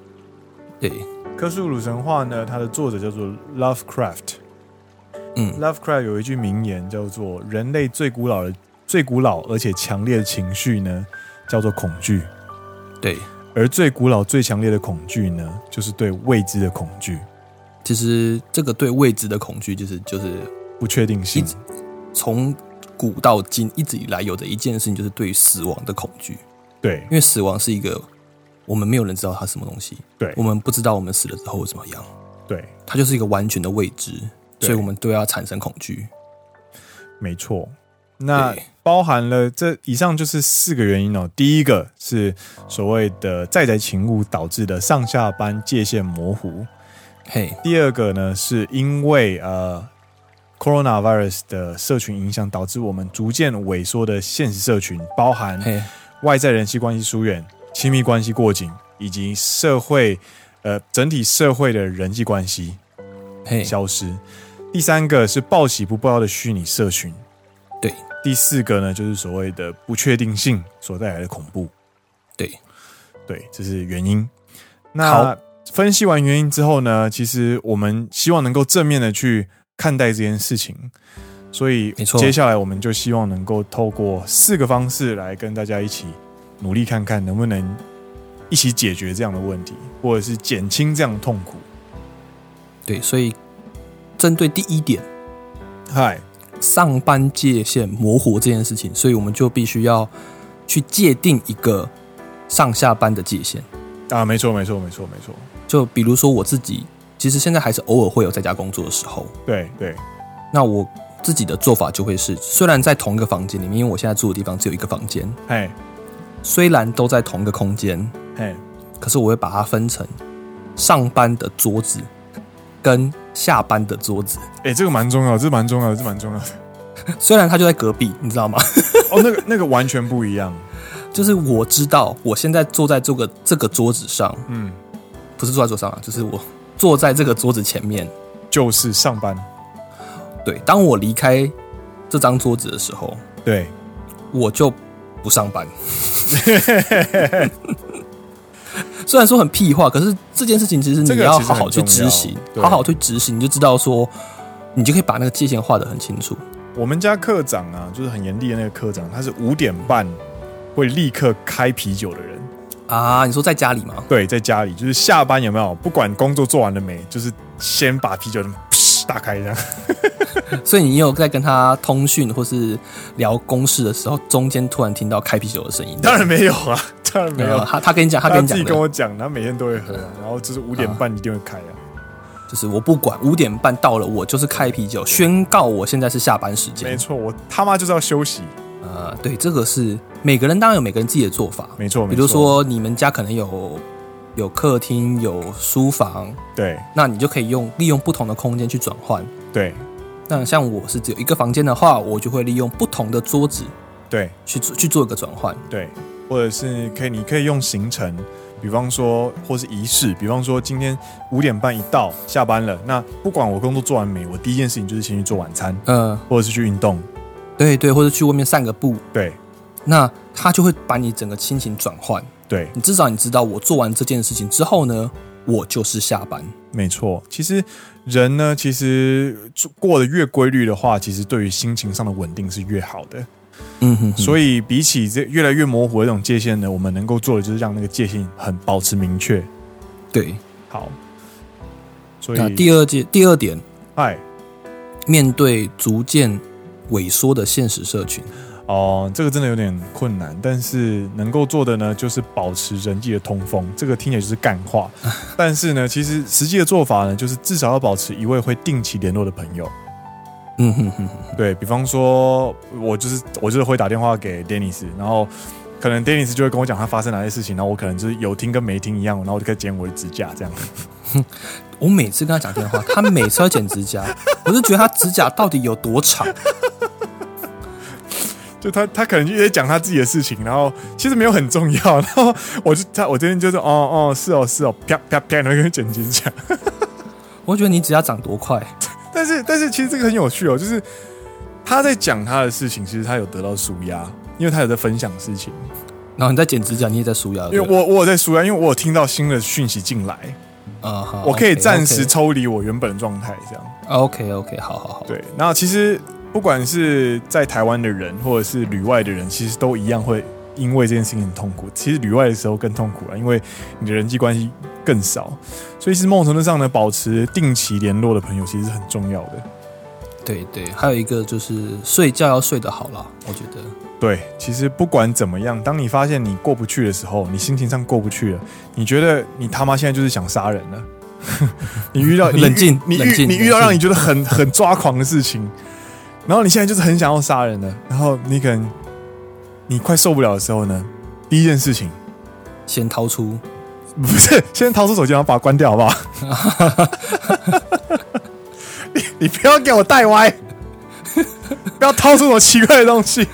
[SPEAKER 2] 对，
[SPEAKER 1] 克苏鲁神话呢，它的作者叫做 Lovecraft。
[SPEAKER 2] 嗯
[SPEAKER 1] ，Lovecraft 有一句名言叫做“人类最古老的、最古老而且强烈的情绪呢，叫做恐惧，
[SPEAKER 2] 对，
[SPEAKER 1] 而最古老、最强烈的恐惧呢，就是对未知的恐惧、
[SPEAKER 2] 其实这个对未知的恐惧，就是就是
[SPEAKER 1] 不确定性
[SPEAKER 2] 一。直从古到今一直以来有的一件事情，就是对于死亡的恐惧。
[SPEAKER 1] 对
[SPEAKER 2] 因为死亡是一个我们没有人知道它是什么东西，
[SPEAKER 1] 对
[SPEAKER 2] 我们不知道我们死了之后会怎么样，
[SPEAKER 1] 对，
[SPEAKER 2] 它就是一个完全的未知，
[SPEAKER 1] 对
[SPEAKER 2] 所以我们对它产生恐惧。
[SPEAKER 1] 没错。那
[SPEAKER 2] 对
[SPEAKER 1] 包含了这以上就是四个原因哦。第一个是所谓的在宅勤务导致的上下班界限模糊，
[SPEAKER 2] 嘿，
[SPEAKER 1] 第二个呢，是因为呃，coronavirus 的社群影响，导致我们逐渐萎缩的现实社群，包含
[SPEAKER 2] 嘿，
[SPEAKER 1] 外在人际关系疏远、亲密关系过紧，以及社会呃整体社会的人际关系
[SPEAKER 2] 嘿，
[SPEAKER 1] 消失。第三个是报喜不报忧的虚拟社群。
[SPEAKER 2] 对。
[SPEAKER 1] 第四个呢，就是所谓的不确定性所带来的恐怖。
[SPEAKER 2] 对，
[SPEAKER 1] 对，这是原因。那
[SPEAKER 2] 好
[SPEAKER 1] 分析完原因之后呢，其实我们希望能够正面的去看待这件事情，所以
[SPEAKER 2] 没错
[SPEAKER 1] 接下来我们就希望能够透过四个方式来跟大家一起努力看看能不能一起解决这样的问题，或者是减轻这样的痛苦。
[SPEAKER 2] 对，所以针对第一点，
[SPEAKER 1] 嗨，
[SPEAKER 2] 上班界限模糊这件事情，所以我们就必须要去界定一个上下班的界限。
[SPEAKER 1] 啊，没错，没错，没错，没错，
[SPEAKER 2] 就比如说我自己，其实现在还是偶尔会有在家工作的时候，
[SPEAKER 1] 对对
[SPEAKER 2] 那我自己的做法就会是，虽然在同一个房间里面，因为我现在住的地方只有一个房间，
[SPEAKER 1] 嘿，
[SPEAKER 2] 虽然都在同一个空间，
[SPEAKER 1] 嘿，
[SPEAKER 2] 可是我会把它分成上班的桌子跟下班的桌子， *laughs*
[SPEAKER 1] 哎，这个蛮重要，这蛮重要，这蛮重要的。
[SPEAKER 2] 虽然它就在隔壁，你知道吗？ *laughs*
[SPEAKER 1] 哦，那个那个完全不一样。
[SPEAKER 2] 就是我知道我现在坐在这个这个桌子上，
[SPEAKER 1] 嗯，
[SPEAKER 2] 不是坐在桌上啊，就是我坐在这个桌子前面。
[SPEAKER 1] 就是上班，
[SPEAKER 2] 对，当我离开这张桌子的时候，
[SPEAKER 1] 对，
[SPEAKER 2] 我就不上班。 *laughs* 虽然说很屁话，可是这件事情其实
[SPEAKER 1] 这
[SPEAKER 2] 你
[SPEAKER 1] 个
[SPEAKER 2] 要
[SPEAKER 1] 其实
[SPEAKER 2] 好
[SPEAKER 1] 很
[SPEAKER 2] 好去
[SPEAKER 1] 重要
[SPEAKER 2] 执行，
[SPEAKER 1] 对
[SPEAKER 2] 好好去执行，你就知道说，你就可以把那个界限画得很清楚。
[SPEAKER 1] 我们家课长啊，就是很严厉的那个课长，他是五点半会立刻开啤酒的人。
[SPEAKER 2] 啊，你说在家里吗？
[SPEAKER 1] 对，在家里就是下班有没有，不管工作做完了没，就是先把啤酒噗打开这样。
[SPEAKER 2] 所以你有在跟他通讯或是聊公事的时候，中间突然听到开啤酒的声音？
[SPEAKER 1] 当然没有啊，当然没
[SPEAKER 2] 没
[SPEAKER 1] 有
[SPEAKER 2] 有，。他他跟你讲，他
[SPEAKER 1] 他
[SPEAKER 2] 跟你
[SPEAKER 1] 自
[SPEAKER 2] 讲
[SPEAKER 1] 己
[SPEAKER 2] 的，嗯
[SPEAKER 1] 跟我讲，他每天都会喝啊、然后就是五点半一定会开啊。
[SPEAKER 2] 就是我不管，五点半到了，我就是开啤酒，宣告我现在是下班时
[SPEAKER 1] 没
[SPEAKER 2] 间。
[SPEAKER 1] 错，我他妈就是要休息。
[SPEAKER 2] 呃，对，这个是每个人当然有每个人自己的做法，
[SPEAKER 1] 没错，
[SPEAKER 2] 比如
[SPEAKER 1] 没错，
[SPEAKER 2] 说你们家可能有有客厅、有书房，
[SPEAKER 1] 对
[SPEAKER 2] 那你就可以用利用不同的空间去转换。
[SPEAKER 1] 对
[SPEAKER 2] 那像我是只有一个房间的话，我就会利用不同的桌子
[SPEAKER 1] 对
[SPEAKER 2] 去做去做一个转换。
[SPEAKER 1] 对，或者是可以，你可以用行程，比方说，或是仪式，比方说今天五点半一到下班了，那不管我工作做完没，我第一件事情就是先去做晚餐，
[SPEAKER 2] 呃，
[SPEAKER 1] 或者是去运动。
[SPEAKER 2] 对对，或者去外面散个步，
[SPEAKER 1] 对
[SPEAKER 2] 那他就会把你整个心情转换。
[SPEAKER 1] 对，
[SPEAKER 2] 你至少你知道，我做完这件事情之后呢，我就是下班。
[SPEAKER 1] 没错。其实人呃呢，其实过得越规律的话，其实对于心情上的稳定是越好的。
[SPEAKER 2] 嗯哼
[SPEAKER 1] 所以比起这越来越模糊的这种界限呢，我们能够做的就是让那个界限很保持明确。
[SPEAKER 2] 以对。
[SPEAKER 1] 好，所
[SPEAKER 2] 那
[SPEAKER 1] 以
[SPEAKER 2] 第二件第二点，
[SPEAKER 1] 哎
[SPEAKER 2] 面对逐渐萎缩的现实社群，
[SPEAKER 1] 哦，这个真的有点困难，但是能够做的呢，就是保持人际的通风。这个听起来就是干话，但是呢，其实实际的做法呢，就是至少要保持一位会定期联络的朋友。
[SPEAKER 2] 嗯哼哼，
[SPEAKER 1] 对比方说，我就是我就是会打电话给 Dennis，然后可能 Dennis 就会跟我讲他发生哪些事情，然后我可能就是有听跟没听一样，然后我就可以剪我的指甲这样。 *laughs*
[SPEAKER 2] 我每次跟他讲电话，他每次要剪
[SPEAKER 1] *laughs*
[SPEAKER 2] 指甲，我就觉得他指甲到底有多长？
[SPEAKER 1] 就他他可能就在讲他自己的事情，然后其实没有很重要，然后我就他我这边就是哦哦是哦是哦啪啪啪，然后跟剪指甲。
[SPEAKER 2] 我觉得你指甲长多快？
[SPEAKER 1] 但是但是其实这个很有趣哦，就是他在讲他的事情，其实他有得到舒压，因为他有在分享事情，
[SPEAKER 2] 然后你在剪指甲，你也在梳牙，
[SPEAKER 1] 因为我我有在舒压，因为我有听到新的讯息进来，
[SPEAKER 2] 啊，好
[SPEAKER 1] 我可以
[SPEAKER 2] OK，
[SPEAKER 1] 暂时抽离我原本的状态，这样
[SPEAKER 2] OK OK，好好好，
[SPEAKER 1] 对。那其实不管是在台湾的人，或者是旅外的人，其实都一样会因为这件事情很痛苦。其实旅外的时候更痛苦了，啊因为你的人际关系更少，所以是某种程度上呢，保持定期联络的朋友其实是很重要的。
[SPEAKER 2] 对对，还有一个就是睡觉要睡得好啦，我觉得
[SPEAKER 1] 对，其实不管怎么样，当你发现你过不去的时候，你心情上过不去了，你觉得你他妈现在就是想杀人了。 *laughs* 你遇到你遇
[SPEAKER 2] 冷静
[SPEAKER 1] 你
[SPEAKER 2] 冷
[SPEAKER 1] 遇
[SPEAKER 2] 静
[SPEAKER 1] 你遇到
[SPEAKER 2] 冷静
[SPEAKER 1] 让你觉得很很抓狂的事情，然后你现在就是很想要杀人了，然后你可能你快受不了的时候呢，第一件事情
[SPEAKER 2] 先掏出，
[SPEAKER 1] 不是先掏出手机，然后把它关掉，好不好？ *laughs* 你你不要给我带歪，不要掏出什么奇怪的东
[SPEAKER 2] *laughs*
[SPEAKER 1] 西，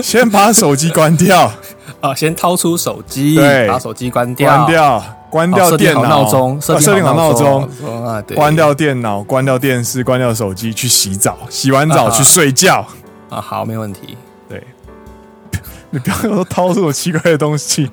[SPEAKER 1] 先把手机关掉，
[SPEAKER 2] 啊，先掏出手机，
[SPEAKER 1] 对
[SPEAKER 2] 把手机关掉，
[SPEAKER 1] 关掉，关
[SPEAKER 2] 好
[SPEAKER 1] 掉
[SPEAKER 2] 设定
[SPEAKER 1] 电
[SPEAKER 2] 好
[SPEAKER 1] 脑
[SPEAKER 2] 闹钟，
[SPEAKER 1] 啊设定好闹钟，
[SPEAKER 2] 钟啊，对，
[SPEAKER 1] 关掉电脑，关掉电视，关掉手机，去洗澡，洗完澡
[SPEAKER 2] 啊
[SPEAKER 1] 去睡觉。
[SPEAKER 2] 啊，好，没问题，
[SPEAKER 1] 对， *laughs* 你不要给我掏出什么奇怪的东西，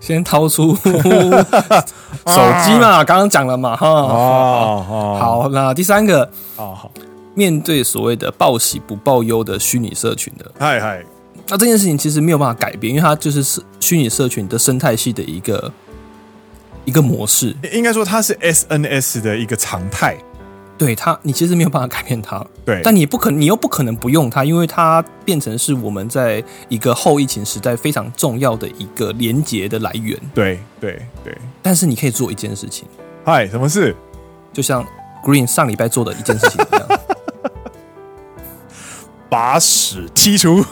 [SPEAKER 2] 先掏
[SPEAKER 1] *laughs*
[SPEAKER 2] 出手机嘛，刚刚讲了嘛，哈，
[SPEAKER 1] 哦哦，
[SPEAKER 2] 好，那第三个，
[SPEAKER 1] 好好，
[SPEAKER 2] 面对所谓的报喜不报忧的虚拟社群的，
[SPEAKER 1] 嗨嗨，
[SPEAKER 2] 那这件事情其实没有办法改变，因为它就是是虚拟社群的生态系的一个一个模式。
[SPEAKER 1] 应该说它是 SNS 的一个常态。
[SPEAKER 2] 对它，你其实没有办法改变它，
[SPEAKER 1] 对，
[SPEAKER 2] 但你不可，你又不可能不用它，因为它变成是我们在一个后疫情时代非常重要的一个连接的来源。
[SPEAKER 1] 对对对，
[SPEAKER 2] 但是你可以做一件事情，
[SPEAKER 1] 嗨，什么事？
[SPEAKER 2] 就像 Green 上礼拜做的一件事情一样，
[SPEAKER 1] 把屎剔除。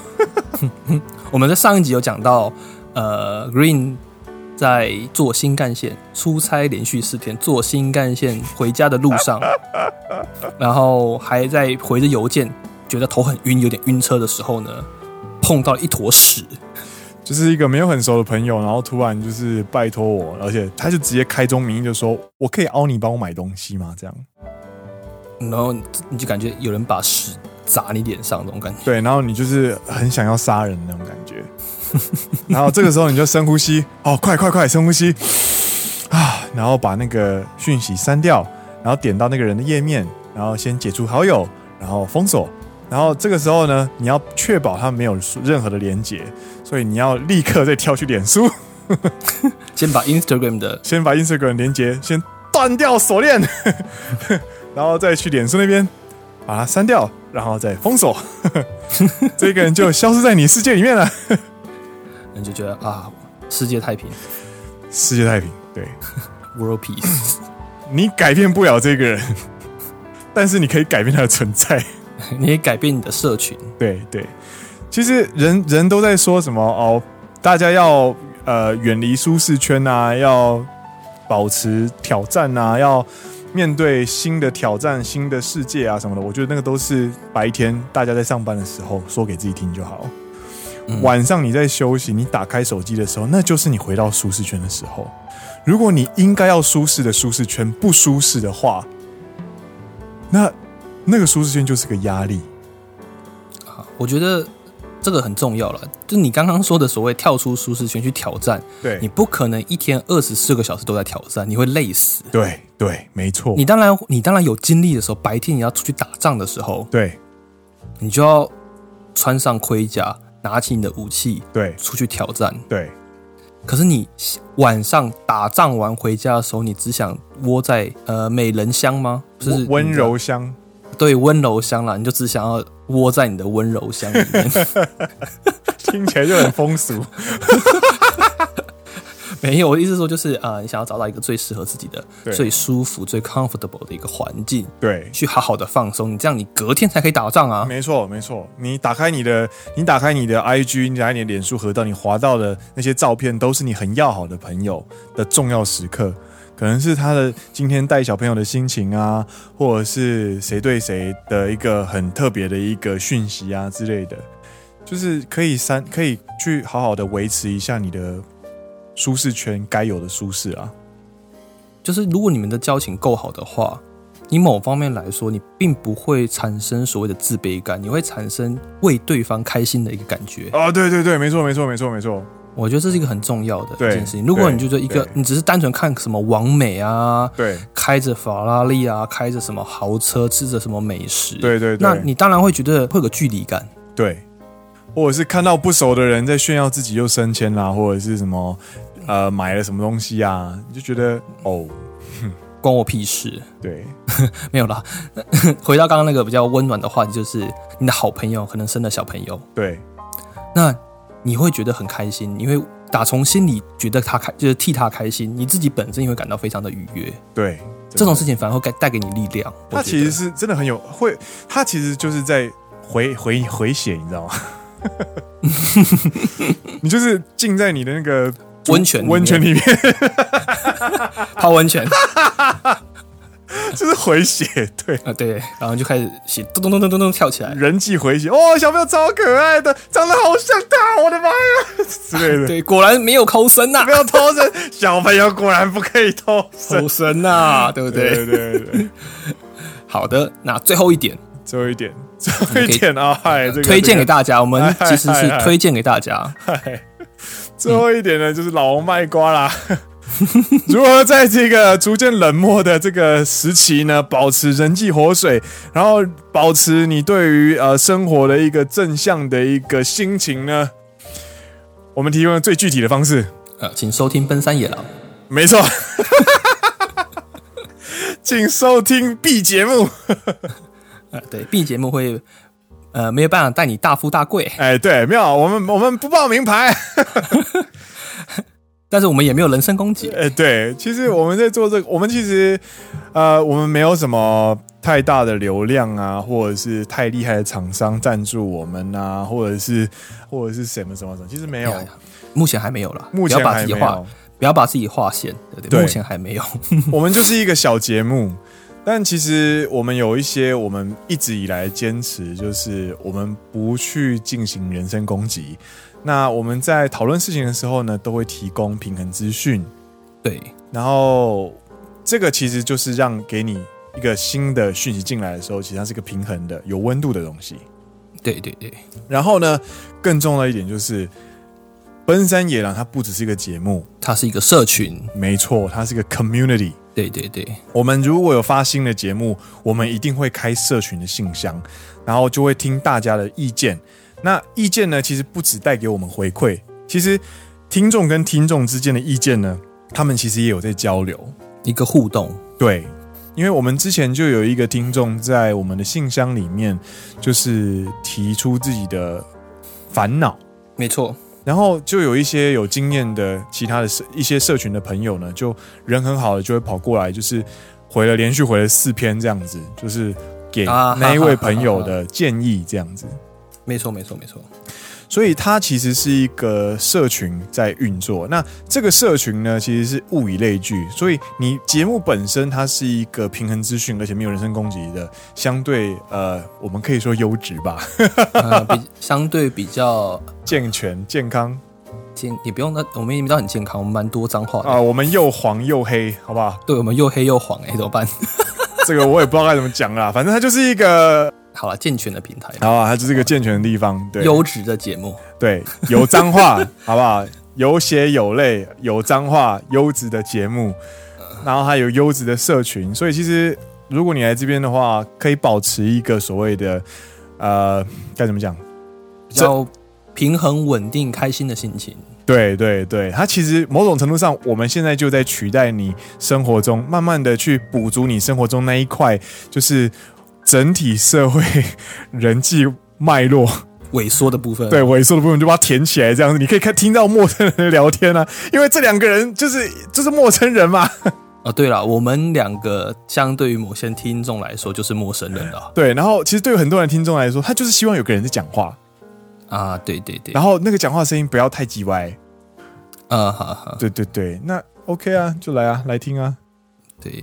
[SPEAKER 2] 我们在上一集有讲到，呃，Green 在坐新干线出差，连续四天坐新干线回家的路上，然后还在回着邮件，觉得头很晕，有点晕车的时候呢，碰到了一坨屎。
[SPEAKER 1] 就是一个没有很熟的朋友，然后突然就是拜托我，而且他就直接开宗明义就说：“我可以凹你帮我买东西吗？”这样
[SPEAKER 2] 然后你就感觉有人把屎砸你脸上那种感觉。
[SPEAKER 1] 对，然后你就是很想要杀人的那种感觉。 *laughs* 然后这个时候你就深呼吸，哦，快快快，深呼吸 *sighs* 啊！然后把那个讯息删掉，然后点到那个人的页面，然后先解除好友，然后封锁。然后这个时候呢，你要确保他没有任何的连接，所以你要立刻再跳去脸书，
[SPEAKER 2] 先把 Instagram 的
[SPEAKER 1] 先把 Instagram 连接先断掉锁链， *laughs* 然后再去脸书那边把它删掉，然后再封锁， *laughs* 这个人就消失在你世界里面了。
[SPEAKER 2] 人就觉得啊，世界太平
[SPEAKER 1] 世界太平，对
[SPEAKER 2] ，World Peace， *laughs*
[SPEAKER 1] 你改变不了这个人，但是你可以改变他的存在。
[SPEAKER 2] 你也改变你的社群，
[SPEAKER 1] 对对，其实人人都在说什么哦，大家要呃远离舒适圈啊，要保持挑战啊，要面对新的挑战、新的世界啊什么的。我觉得那个都是白天大家在上班的时候说给自己听就好。
[SPEAKER 2] 嗯
[SPEAKER 1] 晚上你在休息，你打开手机的时候，那就是你回到舒适圈的时候。如果你应该要舒适的舒适圈不舒适的话，那那个舒适圈就是个压力。
[SPEAKER 2] 啊，我觉得这个很重要了。就你刚刚说的所谓跳出舒适圈去挑战，
[SPEAKER 1] 对
[SPEAKER 2] 你不可能一天二十四个小时都在挑战，你会累死。
[SPEAKER 1] 对对，没错。
[SPEAKER 2] 你当然，你当然有精力的时候，白天你要出去打仗的时候，
[SPEAKER 1] 对
[SPEAKER 2] 你就要穿上盔甲，拿起你的武器
[SPEAKER 1] 对
[SPEAKER 2] 出去挑战。
[SPEAKER 1] 对，
[SPEAKER 2] 可是你晚上打仗完回家的时候，你只想窝在呃美人乡吗？就是
[SPEAKER 1] 温温柔乡，
[SPEAKER 2] 对温柔乡啦，你就只想要窝在你的温柔乡里面。
[SPEAKER 1] *laughs* 听起来就很风俗。
[SPEAKER 2] 没有，我的意思说就是呃，你想要找到一个最适合自己的、
[SPEAKER 1] 对
[SPEAKER 2] 最舒服、最 comfortable 的一个环境，
[SPEAKER 1] 对， *laughs*
[SPEAKER 2] 去好好的放松。你这样，你隔天才可以打仗啊。
[SPEAKER 1] 没错，没错。你打开你的，你打开你的 IG，你打开你的脸书河道，你滑到的那些照片，都是你很要好的朋友的重要时刻，可能是他的今天带小朋友的心情啊，或者是谁对谁的一个很特别的一个讯息啊之类的，就是可以三可以去好好的维持一下你的舒适圈该有的舒适啊。
[SPEAKER 2] 就是如果你们的交情够好的话，你某方面来说，你并不会产生所谓的自卑感，你会产生为对方开心的一个感觉。
[SPEAKER 1] 啊，对对对，没错，没错，没错，没错。
[SPEAKER 2] 我觉得这是一个很重要的
[SPEAKER 1] 对
[SPEAKER 2] 一件事情。如果
[SPEAKER 1] 对
[SPEAKER 2] 你就说一个
[SPEAKER 1] 对，
[SPEAKER 2] 你只是单纯看什么完美啊，
[SPEAKER 1] 对
[SPEAKER 2] 开着法拉利啊，开着什么豪车，吃着什么美食，
[SPEAKER 1] 对对对，
[SPEAKER 2] 那你当然会觉得会有个距离感。
[SPEAKER 1] 对，或者是看到不熟的人在炫耀自己又升迁啦，或者是什么呃买了什么东西啊，你就觉得哦，
[SPEAKER 2] 关我屁事，
[SPEAKER 1] 对
[SPEAKER 2] 没有啦。 *laughs* 回到刚刚那个比较温暖的话题，就是你的好朋友可能生了小朋友，
[SPEAKER 1] 对
[SPEAKER 2] 那你会觉得很开心，你会打从心里觉得他开，就是替他开心，你自己本身也会感到非常的愉悦。
[SPEAKER 1] 对，
[SPEAKER 2] 这
[SPEAKER 1] 真
[SPEAKER 2] 种
[SPEAKER 1] 的
[SPEAKER 2] 事情反而会带带给你力量。我
[SPEAKER 1] 他
[SPEAKER 2] 觉
[SPEAKER 1] 其
[SPEAKER 2] 得
[SPEAKER 1] 实是真的很有会，他其实就是在回回回血，你知道吗？ *laughs* 你就是浸在你的那个
[SPEAKER 2] *laughs* 温泉里面
[SPEAKER 1] 温泉里面，
[SPEAKER 2] 泡温泉
[SPEAKER 1] 就是回血，对。
[SPEAKER 2] 啊，对，然后就开始写咚咚咚咚咚咚跳起来，
[SPEAKER 1] 人际回血哦，小朋友超可爱的，长得好像他，我的妈呀之类的，
[SPEAKER 2] 对，果然没有抠身呐
[SPEAKER 1] *laughs* 不，要偷生，小朋友果然不可以偷生。
[SPEAKER 2] 抠身呐，对不
[SPEAKER 1] 对对
[SPEAKER 2] 对？
[SPEAKER 1] 对对，
[SPEAKER 2] 好的，那最后一点
[SPEAKER 1] 最后一点， *laughs* 最后一点啊， *laughs* 嗨，这个
[SPEAKER 2] 推荐给
[SPEAKER 1] 大
[SPEAKER 2] 大家，我们
[SPEAKER 1] 哎
[SPEAKER 2] 其实
[SPEAKER 1] 哎
[SPEAKER 2] 是
[SPEAKER 1] 哎哎
[SPEAKER 2] 推荐给大家，
[SPEAKER 1] 最后一点呢，就是老王卖瓜啦。 *laughs* 如何在这个逐渐冷漠的这个时期呢，保持人际活水，然后保持你对于呃生活的一个正向的一个心情呢？我们提供了最具体的方式，
[SPEAKER 2] 呃，请收听《奔山野狼》。
[SPEAKER 1] 没错， *laughs* 请收听 B 节目。哎
[SPEAKER 2] 呃，对，B 节目会呃没有办法带你大富大贵，
[SPEAKER 1] 哎，对，没有，我们我们不报名 *laughs* 牌。
[SPEAKER 2] 但是我们也没有人身攻击。
[SPEAKER 1] 呃，对，其实我们在做这个，我们其实呃，我们没有什么太大的流量啊，或者是太厉害的厂商赞助我们啊，或者是或者是什么什么什么，其实没有
[SPEAKER 2] 哎。呀目前还没有啦，
[SPEAKER 1] 目前
[SPEAKER 2] 不要把
[SPEAKER 1] 还
[SPEAKER 2] 自己
[SPEAKER 1] 没
[SPEAKER 2] 画
[SPEAKER 1] 有，， *laughs*
[SPEAKER 2] 不要把自己划线，对不对？
[SPEAKER 1] 对
[SPEAKER 2] 目前还没有。 *laughs*
[SPEAKER 1] 我们就是一个小节目。但其实我们有一些我们一直以来坚持，就是我们不去进行人身攻击。那我们在讨论事情的时候呢，都会提供平衡资讯，
[SPEAKER 2] 对，
[SPEAKER 1] 然后这个其实就是让给你一个新的讯息进来的时候，其实它是一个平衡的、有温度的东西。
[SPEAKER 2] 对对对，
[SPEAKER 1] 然后呢，更重要的一点就是，《奔山野狼》它不只是一个节目，
[SPEAKER 2] 它是一个社群，
[SPEAKER 1] 没错，它是一个 community。
[SPEAKER 2] 对对对，
[SPEAKER 1] 我们如果有发新的节目，我们一定会开社群的信箱，然后就会听大家的意见。那意见呢，其实不只带给我们回馈，其实听众跟听众之间的意见呢，他们其实也有在交流。
[SPEAKER 2] 一个互动。
[SPEAKER 1] 对，因为我们之前就有一个听众在我们的信箱里面，就是提出自己的烦恼，
[SPEAKER 2] 没错，
[SPEAKER 1] 然后就有一些有经验的其他的社一些社群的朋友呢，就人很好的就会跑过来，就是回了连续回了四篇这样子，就是给
[SPEAKER 2] 啊
[SPEAKER 1] 那一位朋友的建议这样子，
[SPEAKER 2] 没错，没错，没错。
[SPEAKER 1] 所以它其实是一个社群在运作。那这个社群呢，其实是物以类聚，所以你节目本身它是一个平衡资讯，而且没有人身攻击的，相对呃，我们可以说优质吧，
[SPEAKER 2] *laughs* 呃，比相对比较
[SPEAKER 1] 健全、健康
[SPEAKER 2] 健，也不用那我们也没到很健康，我们蛮多脏话的。
[SPEAKER 1] 啊、我们又黄又黑，好不好？
[SPEAKER 2] 对我们又黑又黄， *laughs* 哎，怎么办？
[SPEAKER 1] 这个我也不知道该怎么讲啦，反正它就是一个，
[SPEAKER 2] 好了，健全的平台，
[SPEAKER 1] 好吧，它就是一个健全的地方，对，
[SPEAKER 2] 优质的节目，
[SPEAKER 1] 对有脏话， *laughs* 好不好？有血有泪，有脏话，优质的节目，然后还有优质的社群，所以其实如果你来这边的话，可以保持一个所谓的呃该怎么讲？
[SPEAKER 2] 比较平衡、稳定、开心的心情。
[SPEAKER 1] 对对对，它其实某种程度上，我们现在就在取代你生活中，慢慢的去补足你生活中那一块，就是整体社会人际脉络
[SPEAKER 2] 萎缩的部分，
[SPEAKER 1] 对，萎缩的部分，就把它填起来，这样子你可以看听到陌生人的聊天啊，因为这两个人就是就是陌生人嘛。
[SPEAKER 2] 啊，对了，我们两个相对于某些听众来说就是陌生人了
[SPEAKER 1] 对，然后其实对于很多人听众来说，他就是希望有个人在讲话，
[SPEAKER 2] 啊，对对对，
[SPEAKER 1] 然后那个讲话的声音不要太叽歪。
[SPEAKER 2] 啊哈哈，
[SPEAKER 1] 对对对，那 OK 啊，就来啊，来听啊。
[SPEAKER 2] 对，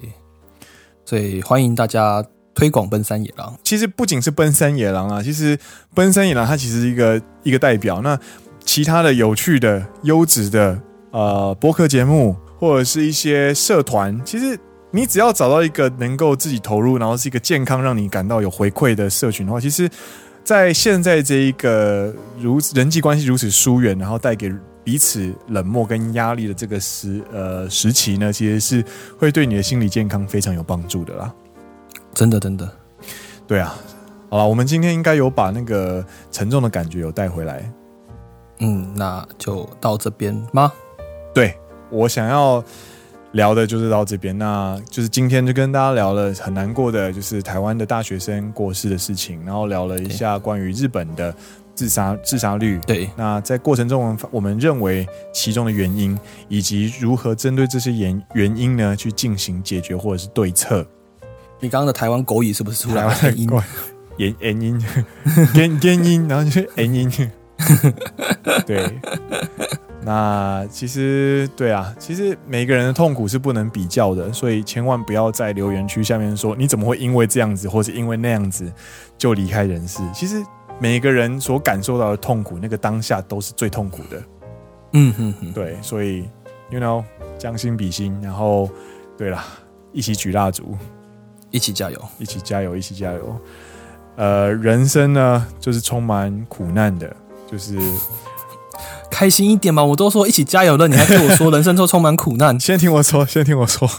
[SPEAKER 2] 所以欢迎大家推广奔山野狼。
[SPEAKER 1] 其实不仅是奔山野狼啊，其实奔山野狼它其实是一个一个代表。那其他的有趣的、优质的呃播客节目，或者是一些社团，其实你只要找到一个能够自己投入，然后是一个健康让你感到有回馈的社群的话，其实，在现在这一个如人际关系如此疏远，然后带给彼此冷漠跟压力的这个时呃时期呢，其实是会对你的心理健康非常有帮助的啦。
[SPEAKER 2] 真的真的，
[SPEAKER 1] 对啊，好了，我们今天应该有把那个沉重的感觉有带回来。
[SPEAKER 2] 嗯，那就到这边吗？
[SPEAKER 1] 对我想要聊的就是到这边，那就是今天就跟大家聊了很难过的，就是台湾的大学生过世的事情，然后聊了一下关于日本的自杀自杀率。
[SPEAKER 2] 对，
[SPEAKER 1] 那在过程中，我们发我们认为其中的原因，以及如何针对这些原原因呢，去进行解决或者是对策。
[SPEAKER 2] 你刚刚的台湾狗语是不是出来
[SPEAKER 1] 台 *laughs*
[SPEAKER 2] 了？
[SPEAKER 1] 湾
[SPEAKER 2] 音
[SPEAKER 1] 过原原 *laughs* 因，原原因，然后就是原因。对，那其实对啊，其实每个人的痛苦是不能比较的，所以千万不要在留言区下面说你怎么会因为这样子或是因为那样子就离开人世。其实每个人所感受到的痛苦，那个当下都是最痛苦的。
[SPEAKER 2] 嗯哼哼，
[SPEAKER 1] 对，所以 you know 将心比心，然后对啦，一起举蜡烛。
[SPEAKER 2] 一起加油。
[SPEAKER 1] 一起加油，一起加油。呃，人生呢，就是充满苦难的，就是
[SPEAKER 2] 开心一点嘛！我都说一起加油了，你还对我说人生都充满苦难。
[SPEAKER 1] 先听我说， *laughs* 先听我说。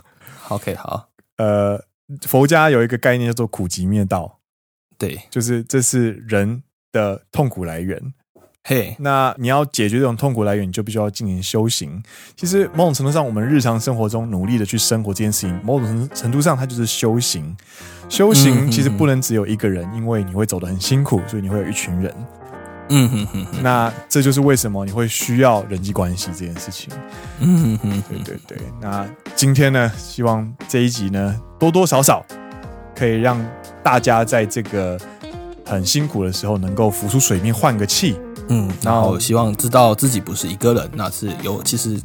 [SPEAKER 2] OK，好，
[SPEAKER 1] 呃，佛家有一个概念叫做苦集灭道，
[SPEAKER 2] 对，
[SPEAKER 1] 就是这是人的痛苦来源。
[SPEAKER 2] 嘿，
[SPEAKER 1] 那你要解决这种痛苦来源，你就必须要进行修行。其实某种程度上，我们日常生活中努力的去生活这件事情，某种程度上它就是修行。修
[SPEAKER 2] 嗯嗯
[SPEAKER 1] 行
[SPEAKER 2] 嗯
[SPEAKER 1] 其实不能只有一个人，因为你会走得很辛苦，所以你会有一群人。
[SPEAKER 2] 嗯哼哼哼，
[SPEAKER 1] 那这就是为什么你会需要人际关系这件事情。
[SPEAKER 2] 嗯哼
[SPEAKER 1] 对
[SPEAKER 2] 哼，
[SPEAKER 1] 对对。那今天呢，希望这一集呢，多多少少可以让大家在这个很辛苦的时候能够浮出水面，换个气。
[SPEAKER 2] 嗯，然后希望知道自己不是一个人，那是有，其实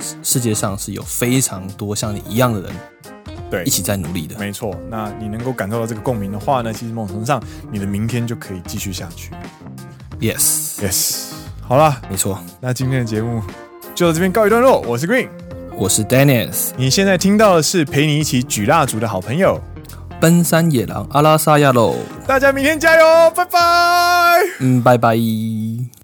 [SPEAKER 2] 世世界上是有非常多像你一样的人
[SPEAKER 1] 对
[SPEAKER 2] 一，起在努力的。
[SPEAKER 1] 没错。那你能够感受到这个共鸣的话呢，其实某种程度上，你的明天就可以继续下去。
[SPEAKER 2] Yes，
[SPEAKER 1] Yes。好啦，
[SPEAKER 2] 没错，
[SPEAKER 1] 那今天的节目就到这边告一段落。我是 Green，
[SPEAKER 2] 我是 Dennis，
[SPEAKER 1] 你现在听到的是陪你一起举蜡烛的好朋友。
[SPEAKER 2] 奔山野狼阿拉萨亚喽，
[SPEAKER 1] 哦大家明天加油，拜拜。
[SPEAKER 2] 嗯，拜拜。